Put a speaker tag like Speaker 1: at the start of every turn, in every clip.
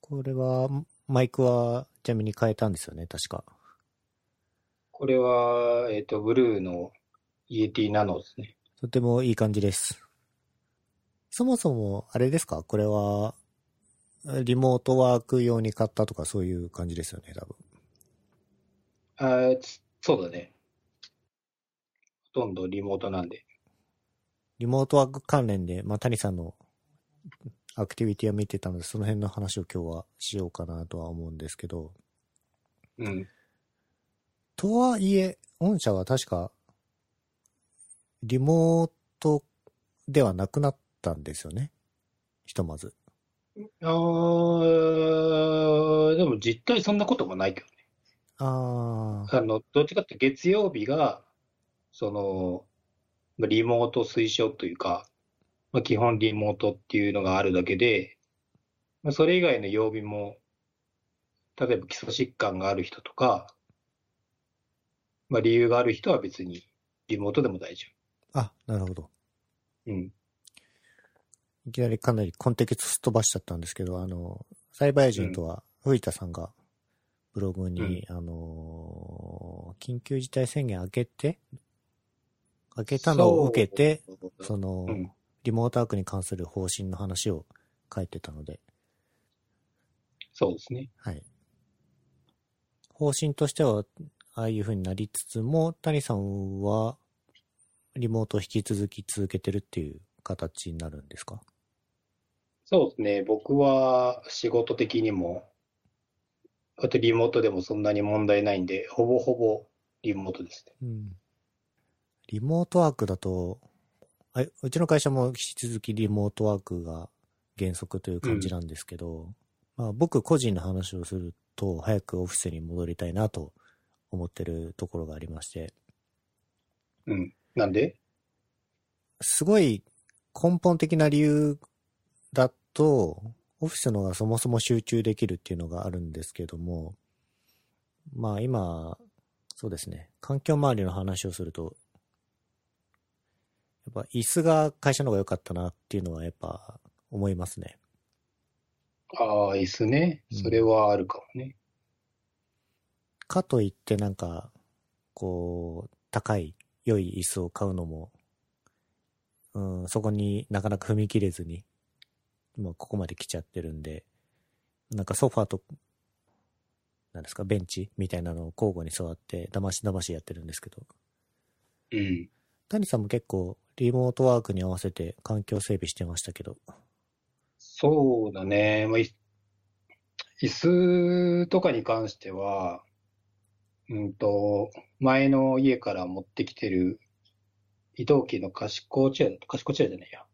Speaker 1: これは、マイクはちなみに変えたんですよね、確か。
Speaker 2: これは、えっと、ブルーのイエティナノですね。
Speaker 1: とてもいい感じです。そもそも、あれですかこれは、リモートワーク用に買ったとかそういう感じですよね、多分。
Speaker 2: あーつそうだね。ほとんどリモートなんで。
Speaker 1: リモートワーク関連で、まあ、谷さんのアクティビティは見てたので、その辺の話を今日はしようかなとは思うんですけど、
Speaker 2: うん。
Speaker 1: とはいえ、御社は確か、リモートではなくなったんですよね。ひとまず。
Speaker 2: あーでも実態そんなこともないけどね。
Speaker 1: ああ、
Speaker 2: あの、どっちかっていうと月曜日が、その、まあリモート推奨というか、まあ、基本リモートっていうのがあるだけで、まあ、それ以外の曜日も、例えば基礎疾患がある人とか、まあ、理由がある人は別にリモートでも大丈
Speaker 1: あ、なるほど。
Speaker 2: 夫。うん。
Speaker 1: いきなりかなりコンテキスト飛ばしちゃったんですけど、あの、サイバーエージェントは、藤田さんがブログに、あのー緊急事態宣言明けて、明けたのを受けて、その、
Speaker 2: うん
Speaker 1: リモートワークに関する方針の話を書いてたので、
Speaker 2: そうですね。
Speaker 1: はい。方針としては、ああいう風になりつつも、谷さんは、リモートを引き続き続けてるっていう形になるんですか
Speaker 2: そうですね。僕は仕事的にも、あとリモートでもそんなに問題ないんで、ほぼほぼリモートですね。
Speaker 1: うん。リモートワークだと、あうちの会社も引き続きリモートワークが原則という感じなんですけど、まあ僕個人の話をすると、早くオフィスに戻りたいなと思ってるところがありまして、
Speaker 2: うん。なんで、
Speaker 1: すごい根本的な理由だと、オフィスの方がそもそも集中できるっていうのがあるんですけども、まあ今、そうですね、環境周りの話をすると、やっぱ椅子が会社の方が良かったなっていうのはやっぱ思いますね。
Speaker 2: ああ、椅子ね。
Speaker 1: うん
Speaker 2: それはあるかもね。
Speaker 1: かといってなんか、こう、高い、良い椅子を買うのも、うん、そこになかなか踏み切れずに、今ここまで来ちゃってるんで、なんかソファーと、なんですか、ベンチみたいなのを交互に座って、だましだましやってるんですけど、
Speaker 2: うん。
Speaker 1: 谷さんも結構、リモートワークに合わせて環境整備してましたけど、
Speaker 2: そうだね。まあ、い椅子とかに関しては、うんと、前の家から持ってきてる移動機の賢いチェア、賢いチェアじゃないや。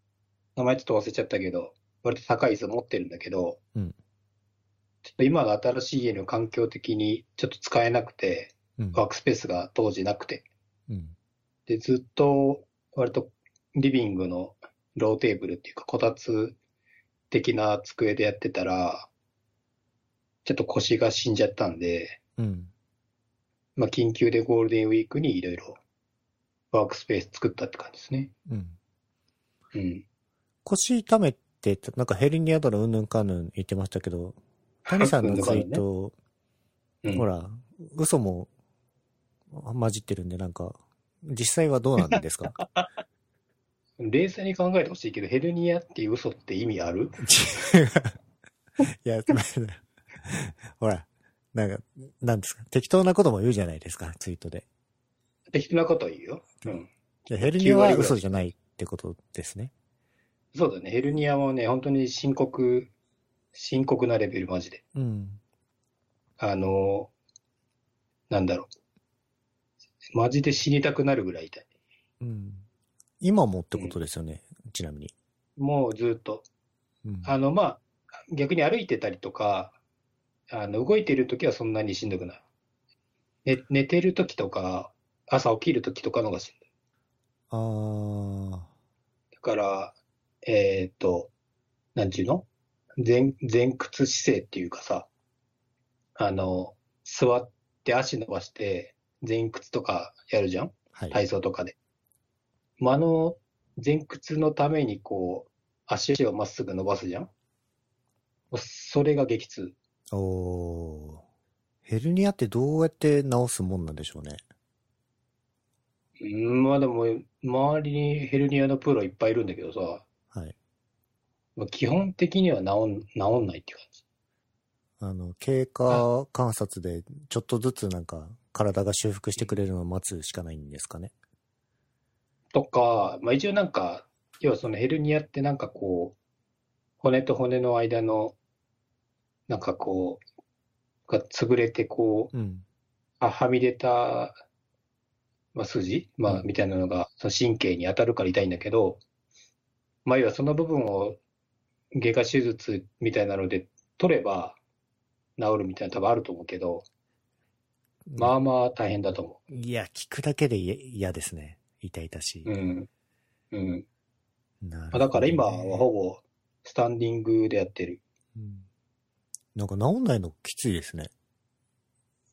Speaker 2: 名前ちょっと忘れちゃったけど、割と高い椅子持ってるんだけど、
Speaker 1: うん
Speaker 2: ちょっと今の新しい家の環境的にちょっと使えなくて、
Speaker 1: うん。
Speaker 2: ワークスペースが当時なくて。
Speaker 1: うん。
Speaker 2: で、ずっと、割とリビングのローテーブルっていうか、こたつ的な机でやってたら、ちょっと腰が死んじゃったんで、
Speaker 1: うん。
Speaker 2: まあ、緊急でゴールデンウィークにいろいろワークスペース作ったって感じですね。
Speaker 1: うん。
Speaker 2: うん。
Speaker 1: 腰痛めて、なんかヘルニアだろ、うんぬんかんぬん言ってましたけど、谷さんのツイート、
Speaker 2: うん、
Speaker 1: ほ。ら、嘘も混じってるんで、なんか、実際はどう なんですか
Speaker 2: 冷静に考えてほしいけど、ヘルニアっていう嘘って意味ある
Speaker 1: いや、ほら、なんか、なんですか、適当なことも言うじゃないですか、ツイートで。
Speaker 2: 適当なことは言うよ。うん。
Speaker 1: いやヘルニアは嘘じゃないってことですね。
Speaker 2: そうだね。ヘルニアはね、本当に深刻、深刻なレベル、マジで。
Speaker 1: うん。
Speaker 2: あの、なんだろう。マジで死にたくなるぐらい痛い。
Speaker 1: うん。今もってことですよね、ちなみに。
Speaker 2: もうずっと。
Speaker 1: うん
Speaker 2: あの、まあ、逆に歩いてたりとか、あの、動いてるときはそんなにしんどくない。寝、寝てるときとか、朝起きるときとかの方がしんどい。
Speaker 1: あー
Speaker 2: だから、えっと、なんちゅうの前、前屈姿勢っていうかさ、あの、座って足伸ばして、前屈とかやるじゃん
Speaker 1: はい。
Speaker 2: 体操とかで。間の前屈のためにこう、足をまっすぐ伸ばすじゃんまあそれが激痛。
Speaker 1: おー。ヘルニアってどうやって治すもんなんでしょうね。
Speaker 2: うんまあでも、周りにヘルニアのプロいっぱいいるんだけどさ、
Speaker 1: はい。
Speaker 2: まあ、基本的には治ん治んないっていう感じ。
Speaker 1: あの、経過観察で、ちょっとずつなんか、体が修復してくれるのを待つしかないんですかね。
Speaker 2: とか、まあ、一応なんか、要はそのヘルニアってなんかこう、骨と骨の間の、なんかこう、が潰れてこう、
Speaker 1: うん。
Speaker 2: あはみ出た、まあ、筋、まあ、みたいなのが、その神経に当たるから痛いんだけど、まあ、要はその部分を外科手術みたいなので取れば治るみたいなの多分あると思うけど、まあまあ大変だと思
Speaker 1: いや、聞くだけで嫌嫌ですね。痛々しい。
Speaker 2: う。うん。うん。
Speaker 1: なるほ
Speaker 2: まあ、
Speaker 1: ど
Speaker 2: だから今は
Speaker 1: ぼ、
Speaker 2: ほぼスタンディングでやってる。
Speaker 1: うんなんか治んないのきついですね。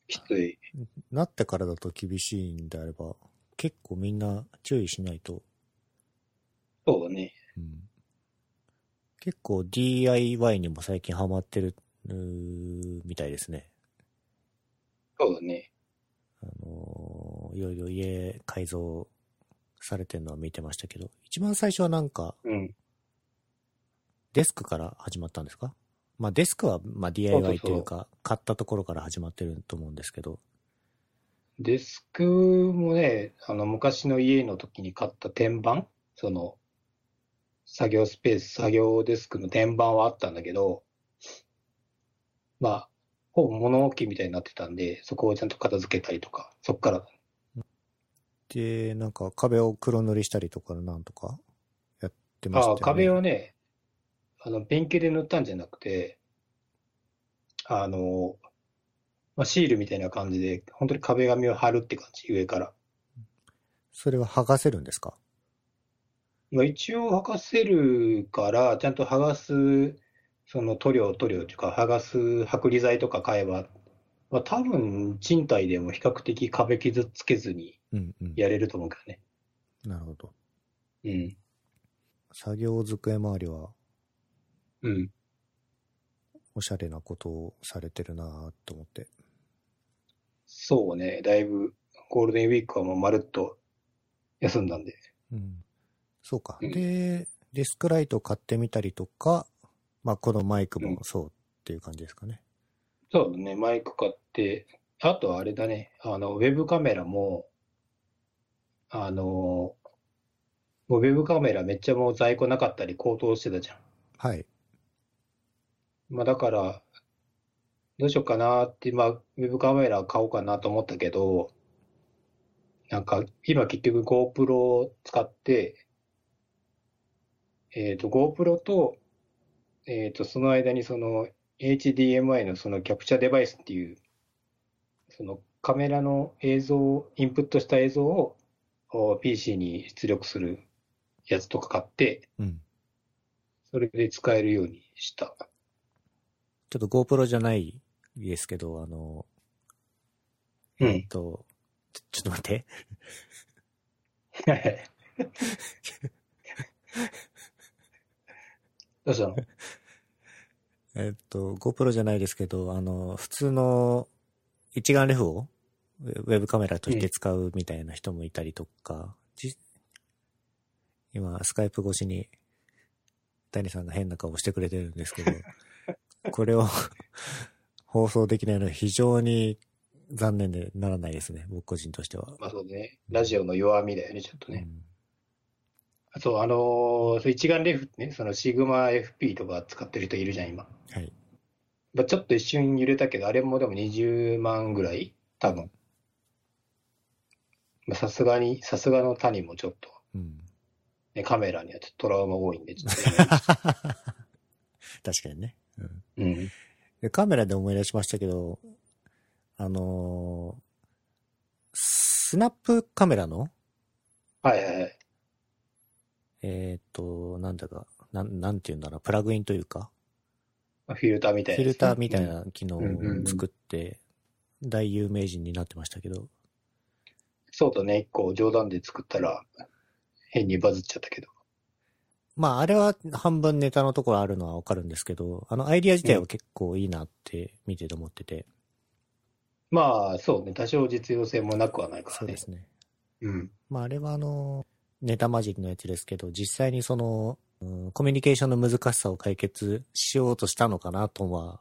Speaker 2: きつい。
Speaker 1: なってからだと厳しいんであれば、結構みんな注意しないと。
Speaker 2: そうだね。
Speaker 1: うん結構 DIY にも最近ハマってる、うーみたいですね。
Speaker 2: そうだね。
Speaker 1: あのーいろいろ家改造されてるのは見てましたけど、一番最初はなんか
Speaker 2: うん。
Speaker 1: デスクから始まったんですかまあデスクはまあ
Speaker 2: そうそう
Speaker 1: DIY というか、買ったところから始まってると思うんですけど、
Speaker 2: デスクもね、あの、昔の家の時に買った天板、その、作業スペース、作業デスクの天板はあったんだけど、まあ、ほぼ物置みたいになってたんで、そこをちゃんと片付けたりとか、そこから、
Speaker 1: で、なんか壁を黒塗りしたりとかなんとかやってました
Speaker 2: あ
Speaker 1: よ
Speaker 2: あ、
Speaker 1: ね。
Speaker 2: 壁をね、あの、ペンキで塗ったんじゃなくて、あの、まあ、シールみたいな感じで、本当に壁紙を貼るって感じ、上から。
Speaker 1: それは剥がせるんですか
Speaker 2: まあ、一応剥がせるから、ちゃんと剥がす、その塗料、塗料というか、剥がす剥離剤とか買えば、まあ、多分、賃貸でも比較的壁傷つけずに
Speaker 1: うんうん。
Speaker 2: やれると思うけどね。
Speaker 1: なるほど。
Speaker 2: うん。
Speaker 1: 作業机周りは
Speaker 2: うん。
Speaker 1: おしゃれなことをされてるなぁと思って。
Speaker 2: そうね。だいぶ、ゴールデンウィークはもうまるっと休んだんで。
Speaker 1: うん。そうか。
Speaker 2: うん
Speaker 1: で、デスクライト買ってみたりとか、まあこのマイク
Speaker 2: うん
Speaker 1: もそうっていう感じですかね。
Speaker 2: そうだね。マイク買って、あとはあれだね。あの、ウェブカメラも、あの、もうウェブカメラめっちゃもう在庫なかったり高騰してたじゃん。
Speaker 1: はい。
Speaker 2: まあだから、どうしようかなって、まあ、ウェブカメラ買おうかなと思ったけど、なんか、今結局 GoPro を使って、えっと、GoPro と、えっと、その間にその HDMI のそのキャプチャーデバイスっていう、そのカメラの映像を、インプットした映像をお PC に出力するやつとか買って、
Speaker 1: うん。
Speaker 2: それで使えるようにした。
Speaker 1: ちょっと GoPro じゃないですけど、あの、
Speaker 2: うん
Speaker 1: えっと、ちょちょっと待って。
Speaker 2: どうしたの
Speaker 1: えっと、GoPro じゃないですけど、あの、普通の一眼レフをウェウェブカメラとして使うみたいな人もいたりとか、じ今、スカイプ越しに、谷さんが変な顔してくれてるんですけど、これを放送できないのは非常に残念でならないですね、僕個人としては。
Speaker 2: まあそうね。ラジオの弱みだよね、ちょっと
Speaker 1: う
Speaker 2: ね。
Speaker 1: ん
Speaker 2: そう、あのーそう一眼レフね、そのシグマ FP とか使ってる人いるじゃん、今。
Speaker 1: はい。
Speaker 2: まあ、ちょっと一瞬揺れたけど、あれもでも20万ぐらい多分。まあさすがに、さすがの谷もちょっと、
Speaker 1: うん。
Speaker 2: ね、カメラにはちょっとトラウマ多いんで、ちょっとやめまし
Speaker 1: 確かにね。うん
Speaker 2: た、 うん。
Speaker 1: で、カメラで思い出しましたけど、あのースナップカメラの、
Speaker 2: はいはいはい。
Speaker 1: えっ、と、なんだか、なん、なんていうんだろう、プラグインというか、
Speaker 2: まあフィルターみた
Speaker 1: フ
Speaker 2: い
Speaker 1: ィ
Speaker 2: なや
Speaker 1: ル
Speaker 2: つね、
Speaker 1: ターみたいな機能を
Speaker 2: うんうんうんうん
Speaker 1: 作って、大有名人になってましたけど、
Speaker 2: そうだね、一個冗談で作ったら、変にバズっちゃったけど。
Speaker 1: まあ、あれは半分ネタのところあるのはわかるんですけど、あのアイディア自体は結構いいなって見てて思ってて。
Speaker 2: まあ、そうね。多少実用性もなくはないから
Speaker 1: そう
Speaker 2: ね
Speaker 1: で。すね。
Speaker 2: うん。
Speaker 1: まあ、あれはあの、ネタマジックのやつですけど、実際にその、うんコミュニケーションの難しさを解決しようとしたのかなとは、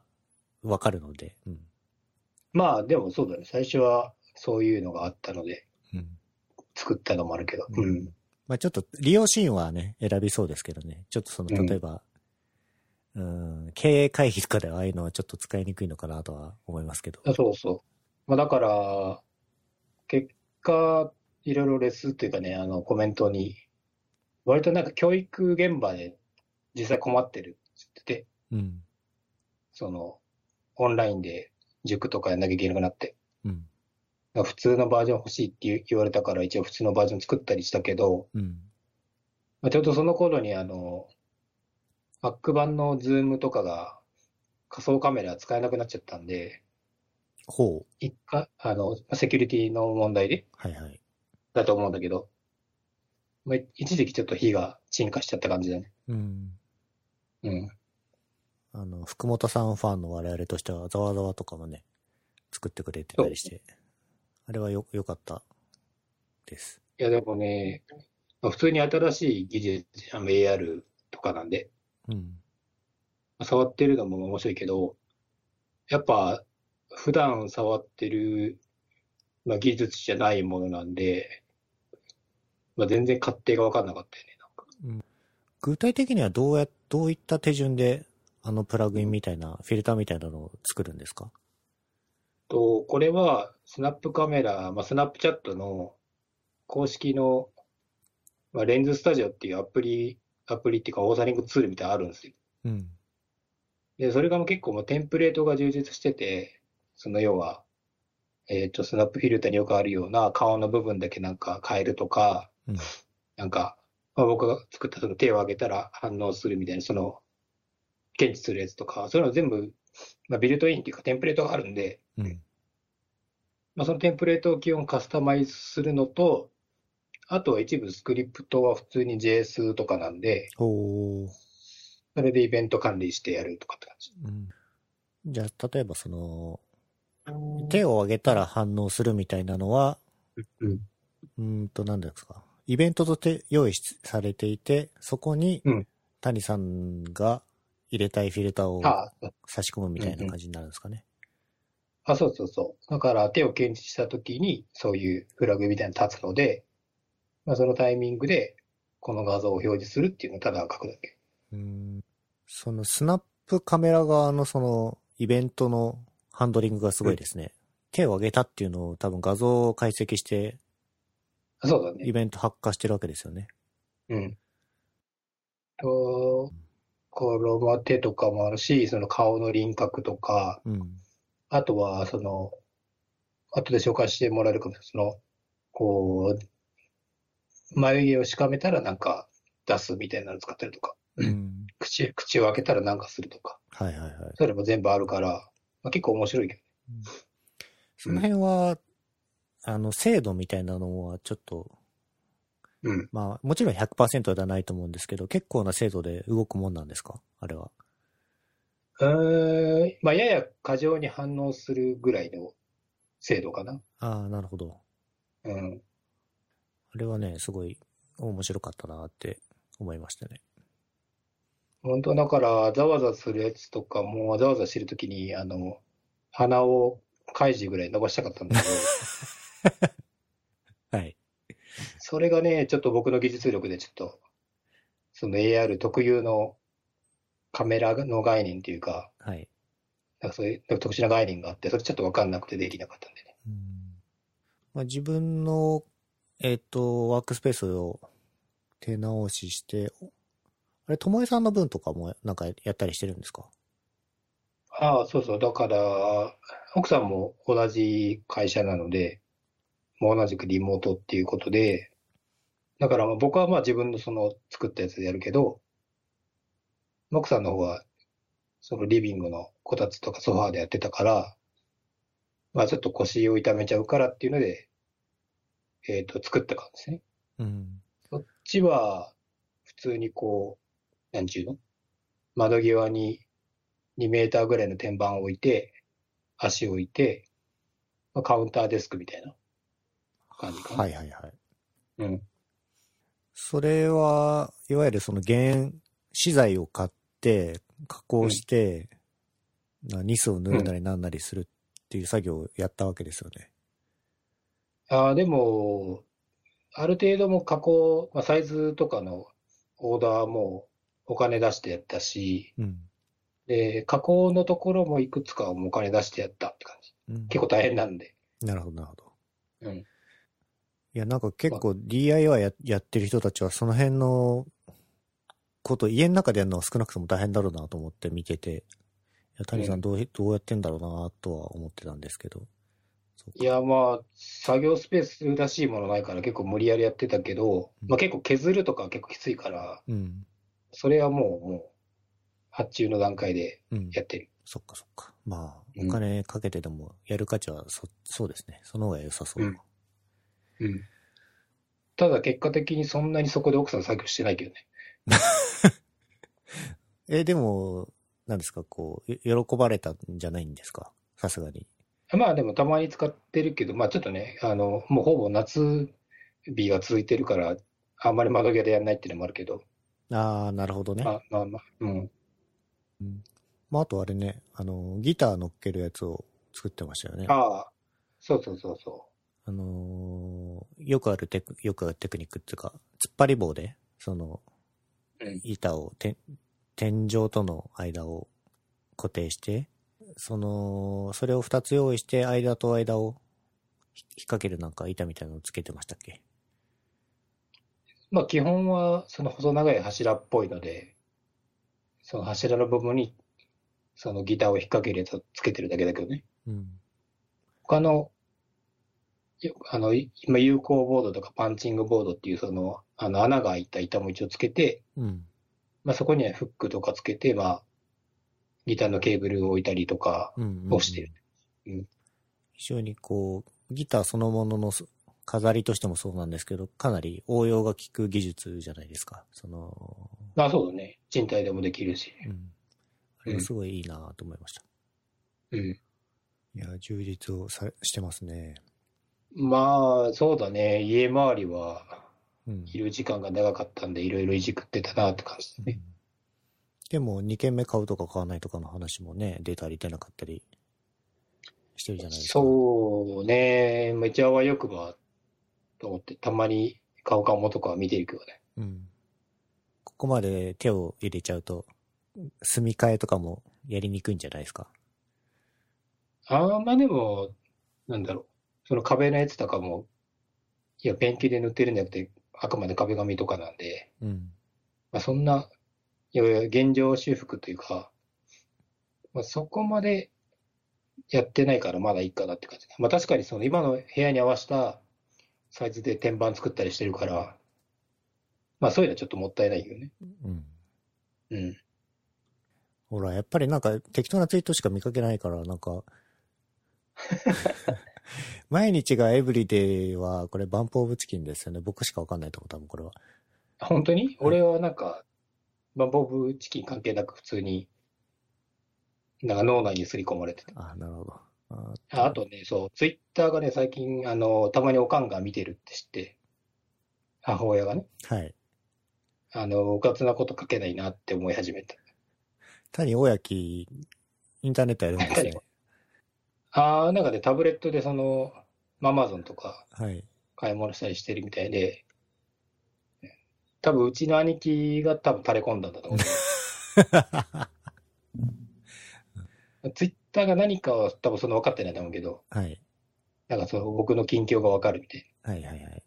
Speaker 1: わかるので。うん。
Speaker 2: まあ、でもそうだね。最初はそういうのがあったので、
Speaker 1: うん。
Speaker 2: 作ったのもあるけど。
Speaker 1: う
Speaker 2: うんん。
Speaker 1: まあちょっと利用シーンはね、選びそうですけどね。ちょっとその、
Speaker 2: うん
Speaker 1: 例えば、うん、経営会議とかではああいうのはちょっと使いにくいのかなとは思いますけど。
Speaker 2: あそうそう。まあ、だから、結果、いろいろレスっていうかね、あの、コメントに、割となんか教育現場で実際困ってるって言ってて、
Speaker 1: うん。
Speaker 2: その、オンラインで塾とかやんなきゃいけなくなって、
Speaker 1: うん。
Speaker 2: だから普通のバージョン欲しいって言う言われたから、一応普通のバージョン作ったりしたけど、
Speaker 1: うん。
Speaker 2: まあ、ちょうどその頃にあの、Mac 版の Zoom とかが仮想カメラ使えなくなっちゃったんで、
Speaker 1: ほう。
Speaker 2: 一回、あの、セキュリティの問題で、
Speaker 1: はいはい。
Speaker 2: だと思うんだけど、まあ、一時期ちょっと火が沈下しちゃった感じだね。
Speaker 1: うん。
Speaker 2: うん。
Speaker 1: あの、福本さんファンの我々としては、ざわざわとかもね、作ってくれてたりして、あれはよ、良かったです。
Speaker 2: いや、でもね、まあ普通に新しい技術、あの AR とかなんで、
Speaker 1: うん。
Speaker 2: まあ触ってるのも面白いけど、やっぱ、普段触ってる、まあ、技術じゃないものなんで、まあ、全然勝手が分かんなかったよね。
Speaker 1: 具体的にはどうや、どういった手順で、あのプラグインみたいな、フィルターみたいなのを作るんですか
Speaker 2: と、これは、スナップカメラ、まあ、スナップチャットの公式の、まあ、レンズスタジオっていうアプリ、アプリっていうか、オーサリングツールみたいなのあるんですよ。
Speaker 1: うん。
Speaker 2: で、それがもう結構もうテンプレートが充実してて、その要は、えっと、スナップフィルターによくあるような顔の部分だけなんか変えるとか、
Speaker 1: うん
Speaker 2: なんか、まあ、僕が作ったその手を挙げたら反応するみたいな、その、検知するやつとか、そういうの全部、まあ、ビルトインっていうかテンプレートがあるんで、
Speaker 1: うん。
Speaker 2: まあ、そのテンプレートを基本カスタマイズするのと、あとは一部スクリプトは普通に JS とかなんで、
Speaker 1: ほう。
Speaker 2: それでイベント管理してやるとかって感じ。
Speaker 1: うんじゃあ、例えばその、手を挙げたら反応するみたいなのは、
Speaker 2: うん
Speaker 1: うーんと、何ですか。イベントとて用意しされていて、そこに
Speaker 2: うん、
Speaker 1: 谷さんが入れたいフィルターを
Speaker 2: あ
Speaker 1: 差し込むみたいな感じになるんですかね。
Speaker 2: あ、そうそうそう。だから手を検知したときに、そういうフラグみたいなの立つので、まあ、そのタイミングで、この画像を表示するっていうのをただ書くだけ。
Speaker 1: うーんそのスナップカメラ側のそのイベントのハンドリングがすごいですね。手を挙げたっていうのを多分画像を解析して
Speaker 2: あそうだ
Speaker 1: イ
Speaker 2: ね。
Speaker 1: ベント発火してるわけですよね。
Speaker 2: うん。と、このまあ手とかもあるし、その顔の輪郭とか、
Speaker 1: うん。
Speaker 2: あとは、その、後で紹介してもらえるかもしれない。その、こう、眉毛をしかめたらなんか出すみたいなの使ったりとか、
Speaker 1: うん。
Speaker 2: 口、口を開けたらなんかするとか、
Speaker 1: はいはいはい。
Speaker 2: それも全部あるから、まあ、結構面白いけど。
Speaker 1: その辺は、あの、精度みたいなのはちょっと、
Speaker 2: うん。
Speaker 1: まあ、もちろん100%ではないと思うんですけど、結構な精度で動くもんなんですかあれは。
Speaker 2: うーん、まあ、やや過剰に反応するぐらいの精度かな。
Speaker 1: ああ、なるほど。
Speaker 2: うん。
Speaker 1: あれはね、すごい面白かったなって思いましたね。
Speaker 2: 本当だから、ざわざわするやつとかも、ざわざわしてるときに、あの、鼻を開示ぐらい伸ばしたかったん だけど、
Speaker 1: はい。
Speaker 2: それがね、ちょっと僕の技術力でちょっと、その AR 特有のカメラの概念っていうか、
Speaker 1: はい。
Speaker 2: なんかそういう特殊な概念があって、それちょっとわかんなくてできなかったんでね。
Speaker 1: うんまあ、自分の、えっ、と、ワークスペースを手直しして、あれ、ともえさんの分とかもなんかやったりしてるんですか
Speaker 2: ああ、そうそう。だから、奥さんも同じ会社なので、もう同じくリモートっていうことで、だからまあ僕はまあ自分のその作ったやつでやるけど、奥さんの方は、そのリビングのこたつとかソファーでやってたから、まあちょっと腰を痛めちゃうからっていうので、えっと、作った感じですね。
Speaker 1: うん。
Speaker 2: こっちは、普通にこう、なんちゅうの窓際に2メーターぐらいの天板を置いて、足を置いて、まあ、カウンターデスクみたいな感じかな。
Speaker 1: はいはいはい。
Speaker 2: うん。
Speaker 1: それは、いわゆるその原資材を買って、加工して、なニスを塗るなりなんなりするっていう作業をやったわけですよね。
Speaker 2: ああ、でも、ある程度も加工、まあ、サイズとかのオーダーもお金出してやったし、
Speaker 1: うん。
Speaker 2: で、加工のところもいくつかはもうお金出してやったって感じ。
Speaker 1: うん、
Speaker 2: 結構大変なんで。
Speaker 1: なるほどなるほど。
Speaker 2: うん。
Speaker 1: いや、なんか結構 DIY ややってる人たちはその辺のこと、家の中でやるのは少なくとも大変だろうなと思って見てて、いや、谷さ
Speaker 2: うん
Speaker 1: んどう,、どうやってんだろうなとは思ってたんですけど。そうか
Speaker 2: いや、まあ、作業スペースらしいものないから結構無理やりやってたけど、
Speaker 1: うん
Speaker 2: まあ結構削るとかは結構きついから、
Speaker 1: うん。
Speaker 2: それはもう、もう、発注の段階で
Speaker 1: うん。
Speaker 2: やってる。
Speaker 1: そっかそっか。まあ、
Speaker 2: うん
Speaker 1: お金かけてでもやる価値はそ、そうですね。その方が良さそう。
Speaker 2: うんうん。ただ結果的にそんなにそこで奥さん作業してないけどね。
Speaker 1: え、でも、なんですか、こう、よ喜ばれたんじゃないんですかさすがに。
Speaker 2: まあでもたまに使ってるけど、まあちょっとね、あの、もうほぼ夏日が続いてるから、あんまり窓際でやんないっていうのもあるけど、
Speaker 1: ああ、なるほどね。
Speaker 2: まあまあまあ、うん。
Speaker 1: まあ、あとあれね、あの、ギター乗っけるやつを作ってましたよね。
Speaker 2: ああ、そうそうそうそ
Speaker 1: あのーよくあるテク、よくあるテクニックっていうか、突っ張り棒で、その
Speaker 2: うん、
Speaker 1: 板をて、天井との間を固定して、その、それを二つ用意して、間と間をひ引っ掛けるなんか板みたいなのをつけてましたっけ
Speaker 2: う。まあ基本はその細長い柱っぽいので、その柱の部分にそのギターを引っ掛けるやつをつけてるだけだけどね。
Speaker 1: うん。
Speaker 2: 他の、よあの、い今、有効ボードとかパンチングボードっていう、その、あの、穴が開いた板も一応つけて、
Speaker 1: うん。
Speaker 2: まあ、そこにはフックとかつけて、まあ、ギターのケーブルを置いたりとか、
Speaker 1: うんうん、
Speaker 2: をしてる。うん
Speaker 1: 非常にこう、ギターそのもののそ飾りとしてもそうなんですけど、かなり応用が効く技術じゃないですか。その、
Speaker 2: まあ、そうだね。賃貸でもできるし。
Speaker 1: うん。あれがすごいいいなと思いました。
Speaker 2: うん。
Speaker 1: いや、充実をさしてますね。
Speaker 2: まあ、そうだね。家周りは、
Speaker 1: うん。
Speaker 2: いる時間が長かったんで、いろいろいじくってたなって感じだね。
Speaker 1: でも、2軒目買うとか買わないとかの話もね、出たり出なかったりしてるじゃないですか。
Speaker 2: そうね。めちゃはよくば、と思って、たまに顔顔もとかは見てるけどね。
Speaker 1: う。うん。ここまで手を入れちゃうと、住み替えとかもやりにくいんじゃないですか。
Speaker 2: ああ、まあでも、なんだろう。その壁のやつとかも、いや、ペンキで塗ってるんじゃなくて、あくまで壁紙とかなんで、
Speaker 1: うん。
Speaker 2: まあそんな、いやいや、現状修復というか、まあそこまでやってないからまだいいかなって感じ。まあ確かにその今の部屋に合わせたサイズで天板作ったりしてるから、まあそういうのはちょっともったいないよね。
Speaker 1: うん。
Speaker 2: うん。
Speaker 1: ほら、やっぱりなんか適当なツイートしか見かけないから、なん か、毎日がエブリデイは、これバンプオブチキンですよね。僕しかわかんないと思う、多分これは。
Speaker 2: 本当に俺はなんか、バンボブチキン関係なく普通に、なんか脳内に刷り込まれてた。
Speaker 1: あ、なるほど。あ
Speaker 2: ああとね、そう、ツイッターがね、最近、あの、たまにおかんが見てるって知って、母親がね、
Speaker 1: はい。
Speaker 2: あの、うかつなこと書けないなって思い始めた。
Speaker 1: 谷大きインターネットやるんですね。
Speaker 2: ああ、なんかね、タブレットでその、アマゾンとか
Speaker 1: はい。
Speaker 2: 買い物したりしてるみたいで、多分うちの兄貴が多分垂れ込んだんだと思 う。ツイッターが何かは多分そんな分かってないと思うけど、
Speaker 1: はい。
Speaker 2: なんかその僕の近況が分かるみたいな。
Speaker 1: はいはいはい。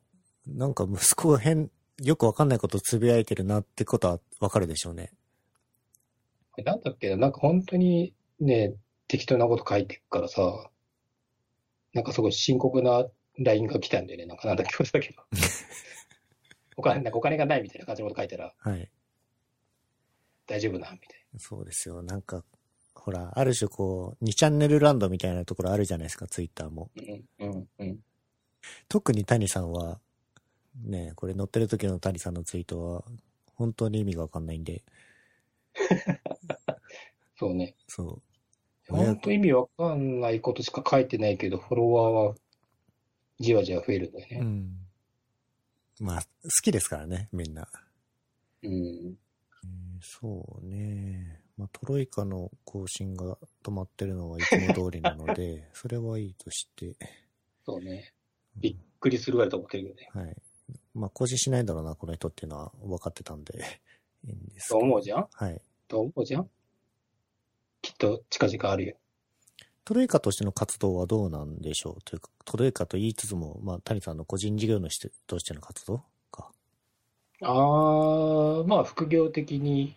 Speaker 1: なんか息子が変、よくわかんないことつぶやいてるなってことはわかるでしょうね。
Speaker 2: これなんだっけな、なんか本当にね、適当なこと書いてくからさ、なんかすごい深刻な LINE が来たんだよね、なんかなんだっけ、忘れた けど。お金、なんかお金がないみたいな感じのこと書いたら
Speaker 1: はい。
Speaker 2: 大丈夫な、みたい
Speaker 1: そうですよ。なんか、ほら、ある種こう、2チャンネルランドみたいなところあるじゃないですか、ツイッターも。
Speaker 2: な。うん、うん、うん。
Speaker 1: 特に谷さんは、ね、これ乗ってる時の谷さんのツイートは、本当に意味がわかんないんで、
Speaker 2: そうね。
Speaker 1: そう。
Speaker 2: ほんと意味わかんないことしか書いてないけど、フォロワーはじわじわ増えるんだよ
Speaker 1: う
Speaker 2: ね。
Speaker 1: ん。まあ、好きですからね、みんな。
Speaker 2: うん。
Speaker 1: えーそうね。まあ、トロイカの更新が止まってるのはいつも通りなの で、それはいいとして、
Speaker 2: そうね。
Speaker 1: うん
Speaker 2: びっくりするぐらいと思ってるよね。
Speaker 1: はい。まあ、更新しないだろうな、この人っていうのは分かってたんで、いいんですけ
Speaker 2: と
Speaker 1: ど
Speaker 2: 思うじゃん
Speaker 1: はい。
Speaker 2: と思うじゃんきっと近々あるよ。
Speaker 1: トロイカとしての活動はどうなんでしょうというか、トロイカと言いつつも、まあ、谷さんの個人事業主としての活動か。
Speaker 2: あー、まあ副業的に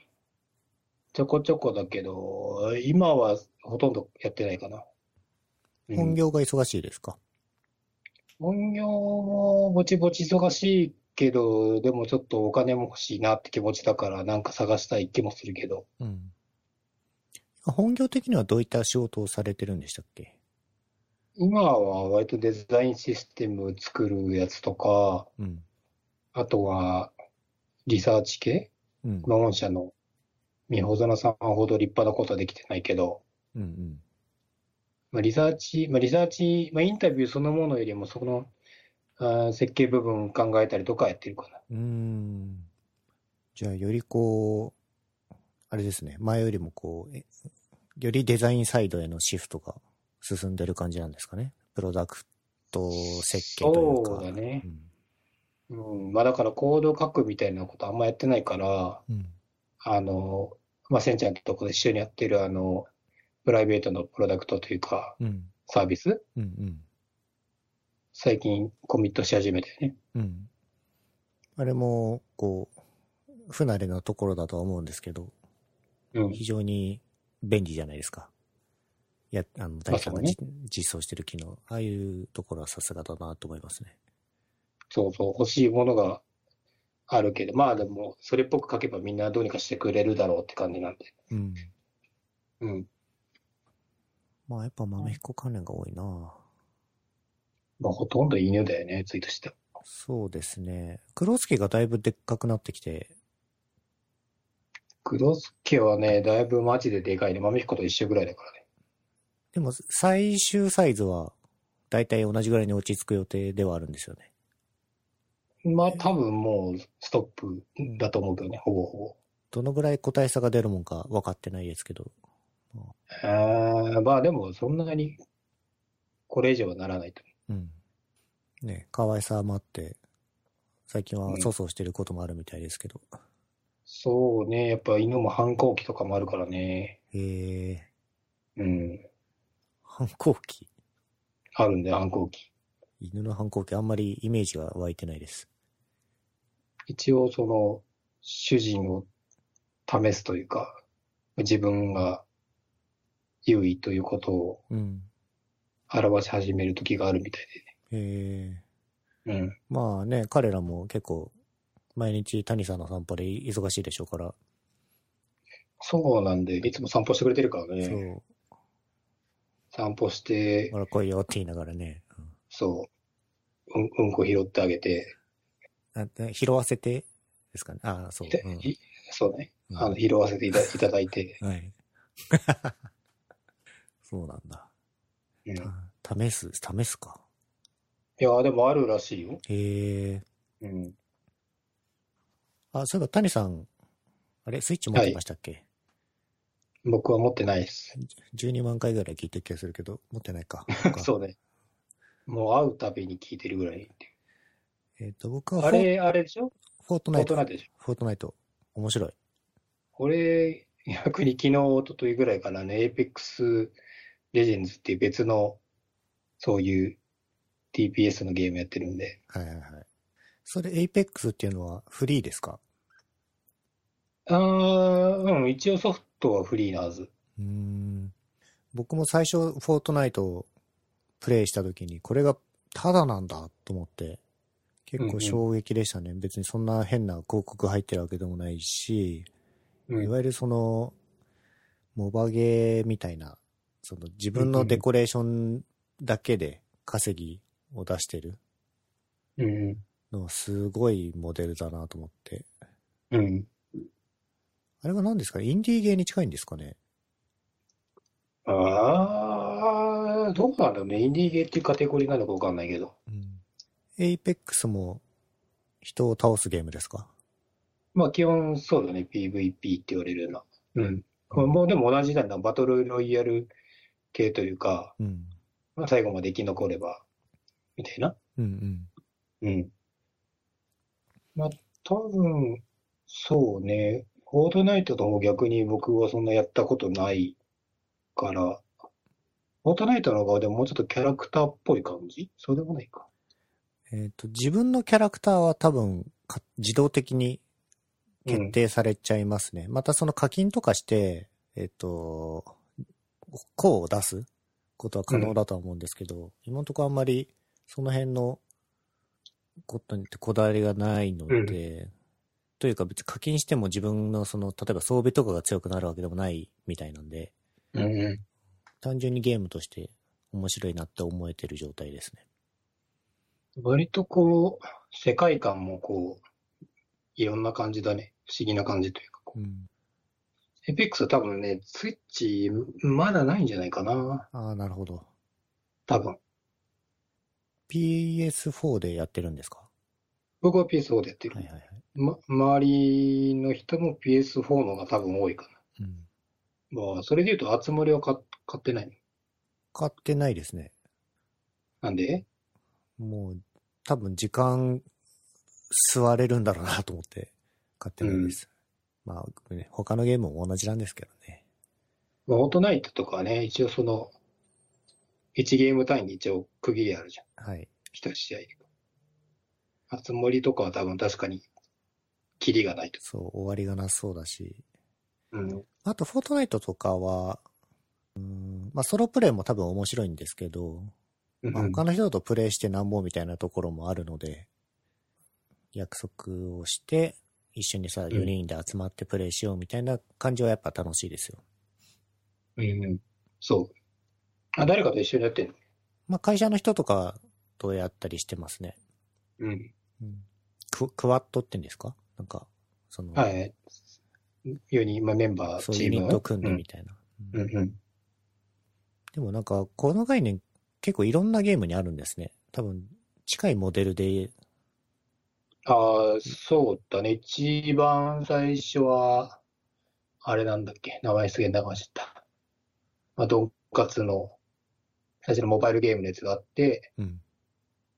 Speaker 2: ちょこちょこだけど、今はほとんどやってないかな。うん
Speaker 1: 本業が忙しいですか、
Speaker 2: 本業もぼちぼち忙しいけど、でもちょっとお金も欲しいなって気持ちだから、なんか探したい気もするけど、
Speaker 1: うん。本業的にはどういった仕事をされてるんでしたっけ
Speaker 2: 今は割とデザインシステム作るやつとか、
Speaker 1: うん。
Speaker 2: あとはリサーチ系、
Speaker 1: うん。
Speaker 2: まあ御社のみほざなさんほど立派なことはできてないけど、
Speaker 1: うんうん。
Speaker 2: まあ、リサーチ、まあ、リサーチ、まあ、インタビューそのものよりも、そこの、あー設計部分考えたりとかやってるかな。
Speaker 1: うーん。じゃあ、よりこう、あれですね、前よりもこう、えよりデザインサイドへのシフトが進んでる感じなんですかね。プロダクト設計というか。
Speaker 2: そうだね
Speaker 1: うん。
Speaker 2: うん、まあ、だからコード書くみたいなことあんまやってないから、
Speaker 1: うん。
Speaker 2: あの、まあ、せんちゃんとこで一緒にやってる、あの、プライベートのプロダクトというか、
Speaker 1: うん。
Speaker 2: サービス、
Speaker 1: うん。うん。
Speaker 2: 最近コミットし始めてね。
Speaker 1: うん。あれも、こう、不慣れなところだとは思うんですけど、
Speaker 2: うん。
Speaker 1: 非常に便利じゃないですか。いや、あの、大さんが
Speaker 2: まあ
Speaker 1: じ、実装してる機能、ああいうところはさすがだなと思いますね。
Speaker 2: そうそう、欲しいものがあるけど、まあでも、それっぽく書けばみんなどうにかしてくれるだろうって感じなんで。
Speaker 1: うん。
Speaker 2: うん。
Speaker 1: まあ、やっぱ豆彦関連が多いな
Speaker 2: まあ、ほとんど犬だよね、ツイートしてた。
Speaker 1: そうですね。黒月がだいぶでっかくなってきて、
Speaker 2: 黒助はね、だいぶマジででかいね。豆彦と一緒ぐらいだからね。
Speaker 1: でも最終サイズは、だいたい同じぐらいに落ち着く予定ではあるんですよね。
Speaker 2: まあ多分もうストップだと思うけどね、ほぼほぼ。
Speaker 1: どのぐらい個体差が出るもんか分かってないですけど。
Speaker 2: あーまあでもそんなにこれ以上はならないと
Speaker 1: うん。ね、可愛さもあって、最近
Speaker 2: う
Speaker 1: は
Speaker 2: ん
Speaker 1: 粗相してることもあるみたいですけど。
Speaker 2: 思う。そうね、やっぱ犬も反抗期とかもあるからね。
Speaker 1: へえ、
Speaker 2: うん。
Speaker 1: 反抗期
Speaker 2: あるんで反抗期。
Speaker 1: 犬の反抗期あんまりイメージが湧いてないです。
Speaker 2: 一応その主人を試すというか、自分が優位ということを
Speaker 1: うん。
Speaker 2: 表し始める時があるみたい
Speaker 1: へえ。
Speaker 2: でね。うん。
Speaker 1: まあね、彼らも結構、毎日谷さんの散歩で忙しいでしょうから、
Speaker 2: そうなんで、いつも散歩してくれてるからね。
Speaker 1: そう、
Speaker 2: 散歩して
Speaker 1: ほ、ら来いよって言いながらね、
Speaker 2: そう、うん、うんこ拾ってあげて、
Speaker 1: うんあで拾わせてですかね。ああ、そう
Speaker 2: い。た
Speaker 1: うん
Speaker 2: いそうね、
Speaker 1: うん
Speaker 2: あの、拾わ せていたいただいて、
Speaker 1: はい。 そうなんだ。
Speaker 2: うん。い
Speaker 1: た試す、試すか。
Speaker 2: や、でもあるらしいよ。
Speaker 1: へえ。
Speaker 2: うん。
Speaker 1: あ、そういえば谷さん、あれ、スイッチ持ってましたっけ、
Speaker 2: 僕は持ってないです。
Speaker 1: ?12 万回ぐらい聞いてる気がするけど、持ってない か。
Speaker 2: そうね。もう会うたびに聞いてるぐらい。
Speaker 1: えっ、と、僕はフォ
Speaker 2: あれ、あれでしょ
Speaker 1: フォート
Speaker 2: フ
Speaker 1: ナ
Speaker 2: ォ
Speaker 1: イ
Speaker 2: ー
Speaker 1: ト。
Speaker 2: トナイトでしょ
Speaker 1: フォートナイト。面白い。
Speaker 2: 俺、逆に昨日、一昨日ぐらいからね、エイペックスレジェンズっていう別の、そういう TPS のゲームやってるんで、
Speaker 1: はいはいはい。それ、エイペックスっていうのはフリーですか
Speaker 2: あー、うん、一応ソフトはフリーなはず。
Speaker 1: うーん。僕も最初、フォートナイトをプレイした時に、これがタダなんだと思って、結構衝撃でしたね。別にそんな変な広告入ってるわけでもないし、
Speaker 2: うん
Speaker 1: いわゆるその、モバゲーみたいな、その自分のデコレーションだけで稼ぎを出してる
Speaker 2: うん、
Speaker 1: の、すごいモデルだなと思って。
Speaker 2: うん。
Speaker 1: ああれは何ですかねインディーゲーに近いんですかね
Speaker 2: ああ、どうなんだろうね。インディーゲーっていうカテゴリーなのかわかんないけど。
Speaker 1: うん。エイペックスも人を倒すゲームですか
Speaker 2: まあ基本そうだね。PVP って言われるような。うん。これもうでも同じなんだ。バトルロイヤル系というか、
Speaker 1: うん。
Speaker 2: まあ、最後まで生き残れば、みたいな。
Speaker 1: うんうん。
Speaker 2: うん。まあ多分、そうね。フォートナイトとも逆に僕はそんなやったことないから、フォートナイトの方がでももうちょっとキャラクターっぽい感じそうでもないか。
Speaker 1: えっ、と、自分のキャラクターは多分か自動的に
Speaker 2: うん
Speaker 1: 決。定されちゃいますね。またその課金とかして、えっ、と、項を出すことは可能だとは思うんですけど、今のところあんまりその辺のことにってこだわりがないので、というか別に課金しても自分のその、例えば装備とかが強くなるわけでもないみたいなんで、
Speaker 2: うんうん。
Speaker 1: 単純にゲームとして面白いなって思えてる状態ですね。
Speaker 2: 割とこう、世界観もこう、いろんな感じだね。不思議な感じというかこ
Speaker 1: うん。
Speaker 2: う。エペックスは多分ね、スイッチまだないんじゃないかな。
Speaker 1: ああ、なるほど。
Speaker 2: 多分。
Speaker 1: PS4 でやってるんですか
Speaker 2: 僕は PS4 でやってる
Speaker 1: はい。はいはい。
Speaker 2: ま、周りの人も PS4 の方が多分多いか
Speaker 1: うん。
Speaker 2: な。まあ、それで言うと、集まりは買買ってないの。
Speaker 1: 買ってないですね。
Speaker 2: なんで
Speaker 1: もう、多分時間、座れるんだろうなと思って買ってないです。まあ、ね、他のゲームも同じなんですけどね。
Speaker 2: まあ、オートナイトとかはね、一応その、1ゲーム単位に一応区切りあるじゃん。
Speaker 1: はい。
Speaker 2: 一試合で。集まりとかは多分確かに、キリがないと。
Speaker 1: そう、終わりがなさそうだし。
Speaker 2: うん。
Speaker 1: あと、フォートナイトとかは、うん、まあ、ソロプレイも多分面白いんですけど、まあ、
Speaker 2: うん
Speaker 1: 他の人とプレイしてなんぼみたいなところもあるので、約束をして、一緒にさ、4人で集まってプレイしようみたいな感じはやっぱ楽しいですよ。
Speaker 2: うん、そう。あ、誰かと一緒にやってんの
Speaker 1: まあ、会社の人とかとやったりしてますね。
Speaker 2: うん。
Speaker 1: ククワットって言うんですかなんか、その、
Speaker 2: はい。よに、まあ、メンバー、
Speaker 1: そう
Speaker 2: チ
Speaker 1: ユ
Speaker 2: ーム
Speaker 1: ニット組んで
Speaker 2: うん
Speaker 1: みたいな。
Speaker 2: う
Speaker 1: うん
Speaker 2: んうん。
Speaker 1: でもなんか、この概念結構いろんなゲームにあるんですね。多分、近いモデルで、
Speaker 2: ああ、そうだね。一番最初は、あれなんだっけ。名前すげえ長忘れちゃった。まあ、ドンカツの、最初のモバイルゲームのやつがあって、
Speaker 1: うん。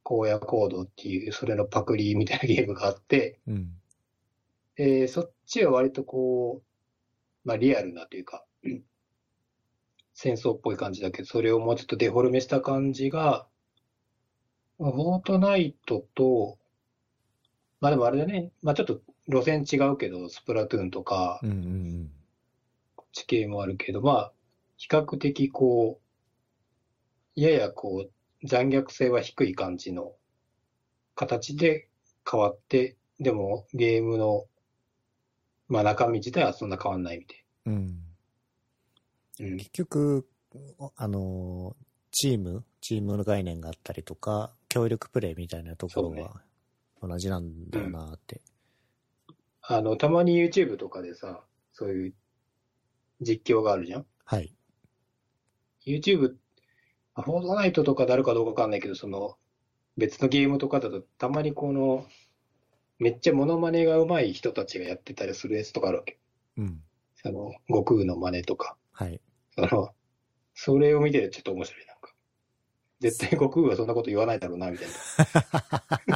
Speaker 2: 荒野行動っていう、それのパクリみたいなゲームがあって、
Speaker 1: うん。
Speaker 2: で、そっちは割とこう、まあ、リアルなというか、うん戦争っぽい感じだけど、それをもうちょっとデフォルメした感じが、まあフォートナイトと、まあでもあれだね、まあちょっと路線違うけど、スプラトゥーンとか
Speaker 1: うんうんうん。
Speaker 2: 地形もあるけど、まあ、比較的こう、ややこう、残虐性は低い感じの形で変わって、でもゲームの、まあ中身自体はそんな変わんないみたい
Speaker 1: うん。
Speaker 2: な。うん
Speaker 1: 結局、あの、チーム、チームの概念があったりとか、協力プレイみたいなところ
Speaker 2: そうね
Speaker 1: は同じなんだよなって。
Speaker 2: あの、たまに YouTube とかでさ、そういう実況があるじゃん
Speaker 1: はい。
Speaker 2: ?YouTube、あフォートナイトとかであるかどうかわかんないけど、その、別のゲームとかだと、たまにこの、めっちゃモノマネが上手い人たちがやってたりするやつとかあるわけ。
Speaker 1: うん。
Speaker 2: その、悟空の真似とか。
Speaker 1: はい。
Speaker 2: その、それを見ててちょっと面白い。なんか、絶対悟空はそんなこと言わないだろうな、みたいな。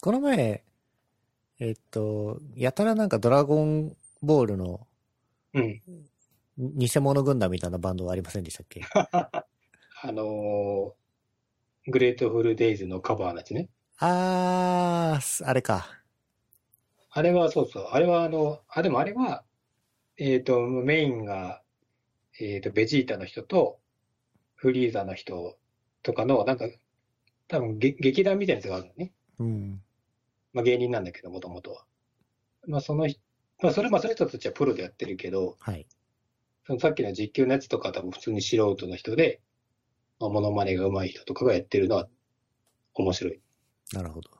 Speaker 1: この前、えっと、やたらなんかドラゴンボールの
Speaker 2: うん。
Speaker 1: に偽物軍団みたいなバンドはありませんでしたっ け
Speaker 2: あのーグレートフルデイズのカバーのやつね。
Speaker 1: あーす、あれか。
Speaker 2: あれは、そうそう。あれは、あの、あ、でもあれは、えっと、メインが、えっと、ベジータの人と、フリーザの人とかの、なんか、多分げ劇団みたいなやつがあるのね。
Speaker 1: うん。
Speaker 2: まあ、芸人なんだけど、もともとは。まあ、その人、まあ、それ、まあ、その人たちはプロでやってるけど、
Speaker 1: はい。
Speaker 2: そのさっきの実況のやつとかは多分普通に素人の人で、まあ、モノマネが上手い人とかがやってるのは面白い。
Speaker 1: なるほど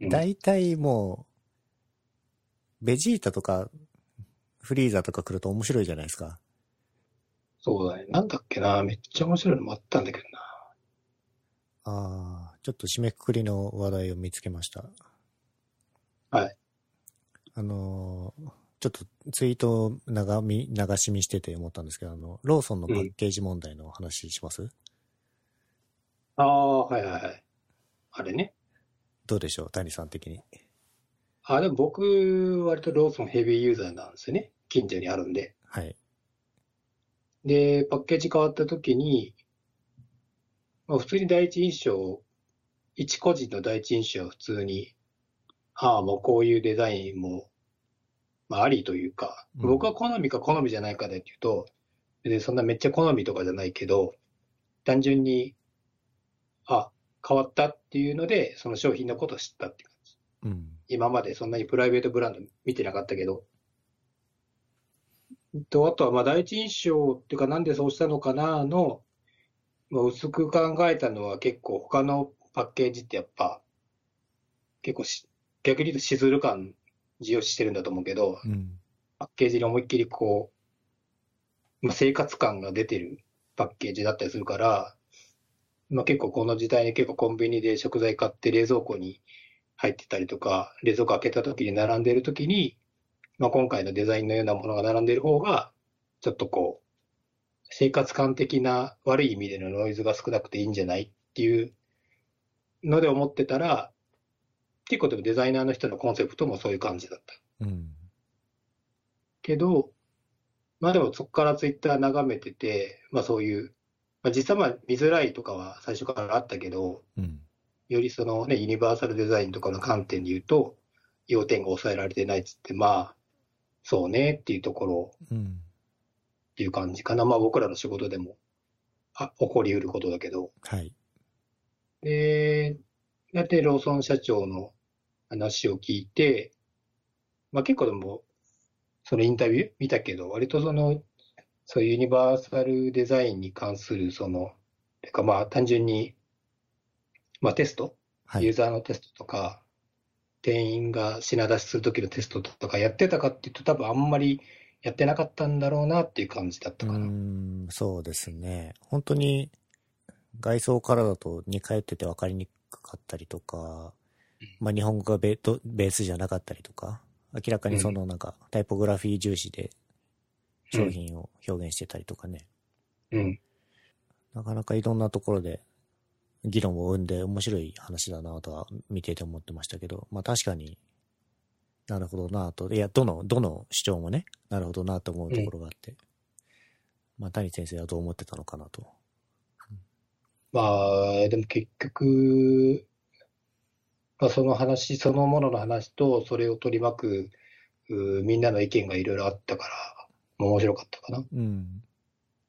Speaker 2: う。ん
Speaker 1: 大体もベジータとか、フリーザとか来ると面白いじゃないですか。
Speaker 2: そうだね。なんだっけな。めっちゃ面白いのもあったんだけどな。
Speaker 1: ああ、ちょっと締めくくりの話題を見つけました。
Speaker 2: はい。
Speaker 1: あのーちょっとツイートを長み流し見してて思ったんですけど、あの、ローソンのパッケージ問題の話します、
Speaker 2: ああ、はいはいはい。あれね。
Speaker 1: どうでしょう谷さん的に。
Speaker 2: あ、でも僕、割とローソンヘビーユーザーなんですよね。近所にあるんで。
Speaker 1: はい。
Speaker 2: で、パッケージ変わった時に、まあ、普通に第一印象、一個人の第一印象は普通に、ああ、もうこういうデザインも、まあ、ありというか、
Speaker 1: うん
Speaker 2: 僕は好みか好みじゃないかでっていうと、でそんなめっちゃ好みとかじゃないけど、単純に、あ、変わったっていうので、その商品のことを知ったっていう感じ。
Speaker 1: うん。
Speaker 2: 今までそんなにプライベートブランド見てなかったけど。と、あとは、まあ、第一印象っていうか、なんでそうしたのかなの、まあ、薄く考えたのは結構他のパッケージってやっぱ、結構し、逆に言うとシズル感重視してるんだと思うけど、
Speaker 1: うん。
Speaker 2: パッケージに思いっきりこう、まあ、生活感が出てるパッケージだったりするから、まあ、結構この時代に結構コンビニで食材買って冷蔵庫に入ってたりとか、冷蔵庫開けた時に並んでる時に、まあ、今回のデザインのようなものが並んでる方が、ちょっとこう、生活感的な悪い意味でのノイズが少なくていいんじゃないっていうので思ってたら、結構でもデザイナーの人のコンセプトもそういう感じだった。
Speaker 1: うん。
Speaker 2: けど、まあでもそこからツイッター眺めてて、まあそういう、まあ実際まあ見づらいとかは最初からあったけど、
Speaker 1: うん。
Speaker 2: よりそのね、ユニバーサルデザインとかの観点で言うと、要点が抑えられてないっつって、まあ、そうねっていうところ
Speaker 1: うん。
Speaker 2: っていう感じかな。まあ僕らの仕事でも、あ、起こり得ることだけど。
Speaker 1: はい。
Speaker 2: で、だってローソン社長の話を聞いて、まあ結構でも、そのインタビュー見たけど、割とその、そういうユニバーサルデザインに関する、その、てかまあ単純に、まあテスト、
Speaker 1: は
Speaker 2: ユー
Speaker 1: い。
Speaker 2: ザーのテストとか、店員が品出しするときのテストとかやってたかっていうと、多分あんまりやってなかったんだろうなっていう感じだっ
Speaker 1: う
Speaker 2: たかな。
Speaker 1: ん、そうですね。本当に、外装からだと似通ってて分かりにくかったりとか、まあ日本語がベドベースじゃなかったりとか、明らかにそのなんか、タイポグラフィー重視で商品を表現してたりとかね。
Speaker 2: うん。
Speaker 1: なかなかいろんなところで議論を生んで面白い話だなとは見ていて思ってましたけど、まあ確かになるほどなと、いや、どの、どの主張もね、なるほどなと思うところがあって、まあ谷先生はどう思ってたのかなと。
Speaker 2: まあ、でも結局、まあ、その話そのものの話と、それを取り巻く、うーみんなの意見がいろいろあったから、まあ面白かったかな。
Speaker 1: うん。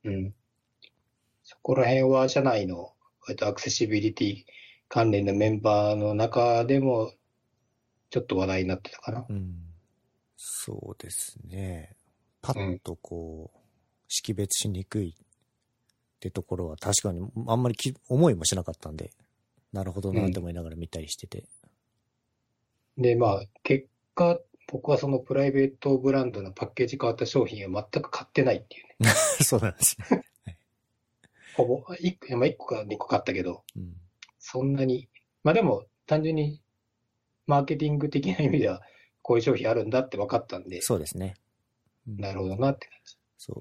Speaker 2: うん。そこら辺は、社内の、えっと、アクセシビリティ関連のメンバーの中でも、ちょっと話題になってたかな。
Speaker 1: うん。そうですね。パ
Speaker 2: う
Speaker 1: ッ
Speaker 2: ん
Speaker 1: とこう、識別しにくいってところは確かにあんまりき思いもしなかったんで、なるほどなって思いながら見たりしてて。
Speaker 2: で、まあ、結果、僕はそのプライベートブランドのパッケージ変わった商品を全く買ってないっていうね。
Speaker 1: そうなんですね。
Speaker 2: ほぼ、1個、まあ、1個か2個買ったけど、
Speaker 1: うん。
Speaker 2: そんなに、まあでも、単純に、マーケティング的な意味では、こういう商品あるんだって分かったんで、
Speaker 1: そうですね。うん
Speaker 2: なるほどなって感じ。
Speaker 1: そ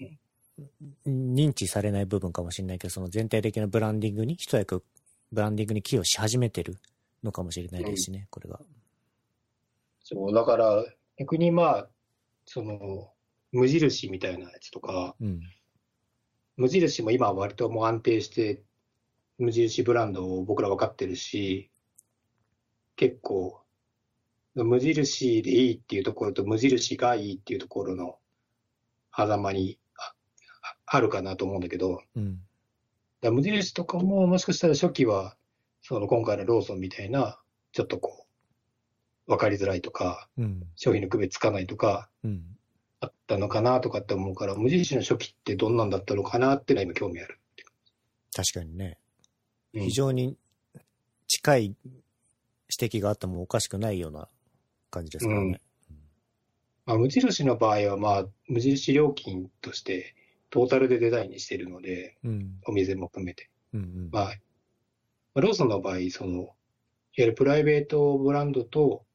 Speaker 1: うう。認知されない部分かもしれないけど、その全体的なブランディングに、一役ブランディングに寄与し始めてるのかもしれないですしね、これが。
Speaker 2: そう、だから、逆にまあ、その、無印みたいなやつとか、
Speaker 1: うん。
Speaker 2: 無印も今は割ともう安定して、無印ブランドを僕ら分かってるし、結構、無印でいいっていうところと無印がいいっていうところの狭間にあああるかなと思うんだけど、
Speaker 1: うん。
Speaker 2: だから無印とかも、もしかしたら初期は、その今回のローソンみたいな、ちょっとこう、わかりづらいとか、
Speaker 1: うん。
Speaker 2: 商品の区別つかないとか、
Speaker 1: うん。
Speaker 2: あったのかなとかって思うから、無印の初期ってどんなんだったのかなってのは今興味ある。
Speaker 1: 確かにね。
Speaker 2: うん
Speaker 1: 非常に近い指摘があってもおかしくないような感じですからね。
Speaker 2: まあ、無印の場合は、まあ、無印料金として、トータルでデザインにしてるので、
Speaker 1: うん。
Speaker 2: お店も含めて。
Speaker 1: うんうん。
Speaker 2: まあ、まあローソンの場合、その、いわゆるプライベートブランドと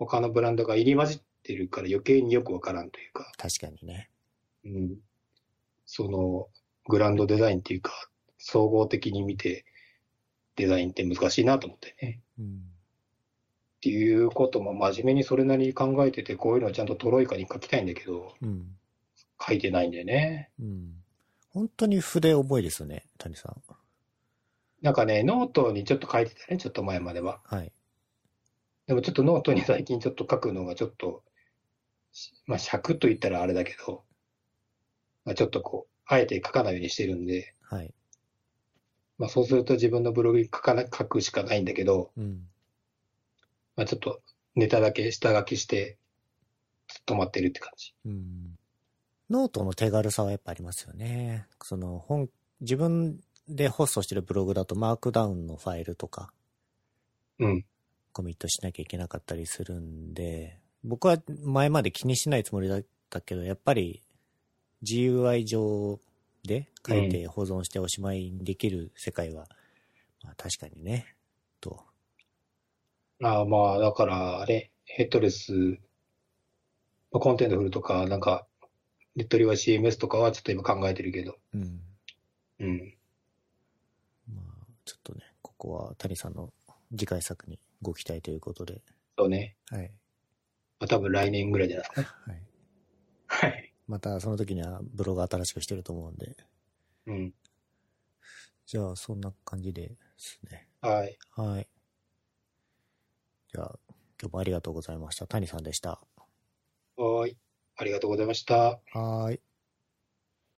Speaker 2: 他のブランドが入り混じってるから余計によくわからんというか、
Speaker 1: 確かにね。
Speaker 2: うん、その、グランドデザインっていうか、総合的に見て、デザインって難しいなと思ってね。
Speaker 1: うん。
Speaker 2: っていうことも真面目にそれなりに考えてて、こういうのをちゃんとトロイカに書きたいんだけど、
Speaker 1: うん。
Speaker 2: 書いてないんだよね。
Speaker 1: うん。本当に筆覚えですよね、谷さん。
Speaker 2: なんかね、ノートにちょっと書いてたね、ちょっと前までは。
Speaker 1: はい。
Speaker 2: でもちょっとノートに最近ちょっと書くのがちょっと、しまあ尺と言ったらあれだけど、まあ、ちょっとこう、あえて書かないようにしてるんで、
Speaker 1: はい。
Speaker 2: まあそうすると自分のブログに書かな書くしかないんだけど、
Speaker 1: うん。
Speaker 2: まあちょっとネタだけ下書きして、ちょっと止まってるって感じ。
Speaker 1: うん。ノートの手軽さはやっぱありますよね。その本、自分でホストしてるブログだとマークダウンのファイルとか
Speaker 2: うん。
Speaker 1: コミットしなきゃいけなかったりするんで、僕は前まで気にしないつもりだったけど、やっぱり GUI 上で書いて保存しておしまいにできる世界は、まあ確かにね、と。
Speaker 2: ああまあだから、あれ、ヘッドレス、まあコンテントフルとか、なんか、ネットリは CMS とかはちょっと今考えてるけど、
Speaker 1: うん。
Speaker 2: うん。
Speaker 1: まあ、ちょっとね、ここは谷さんの次回作にご期待ということで。
Speaker 2: そうね。
Speaker 1: はい。
Speaker 2: まあ多分来年ぐらいじゃないですかね。
Speaker 1: はい。
Speaker 2: はい。
Speaker 1: またその時にはブログ新しくしてると思うんで。
Speaker 2: うん。
Speaker 1: じゃあ、そんな感じですね。
Speaker 2: はい。
Speaker 1: はい。じゃあ、今日もありがとうございました。谷さんでした。
Speaker 2: はーい。ありがとうございました。
Speaker 1: はーい。